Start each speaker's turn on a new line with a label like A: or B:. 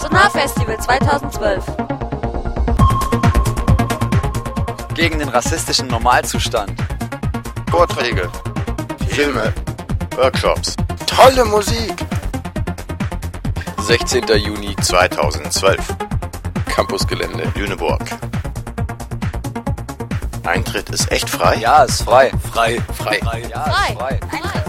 A: Aachener Festival 2012.
B: Gegen den rassistischen Normalzustand.
C: Vorträge, Filme, Workshops,
D: tolle Musik.
E: 16. Juni
C: 2012,
E: Campusgelände.
C: Lüneburg. Eintritt ist echt frei?
B: Ja, ist frei.
E: Frei, frei.
B: Ja,
A: Frei.
B: ist frei.
A: Eintritt.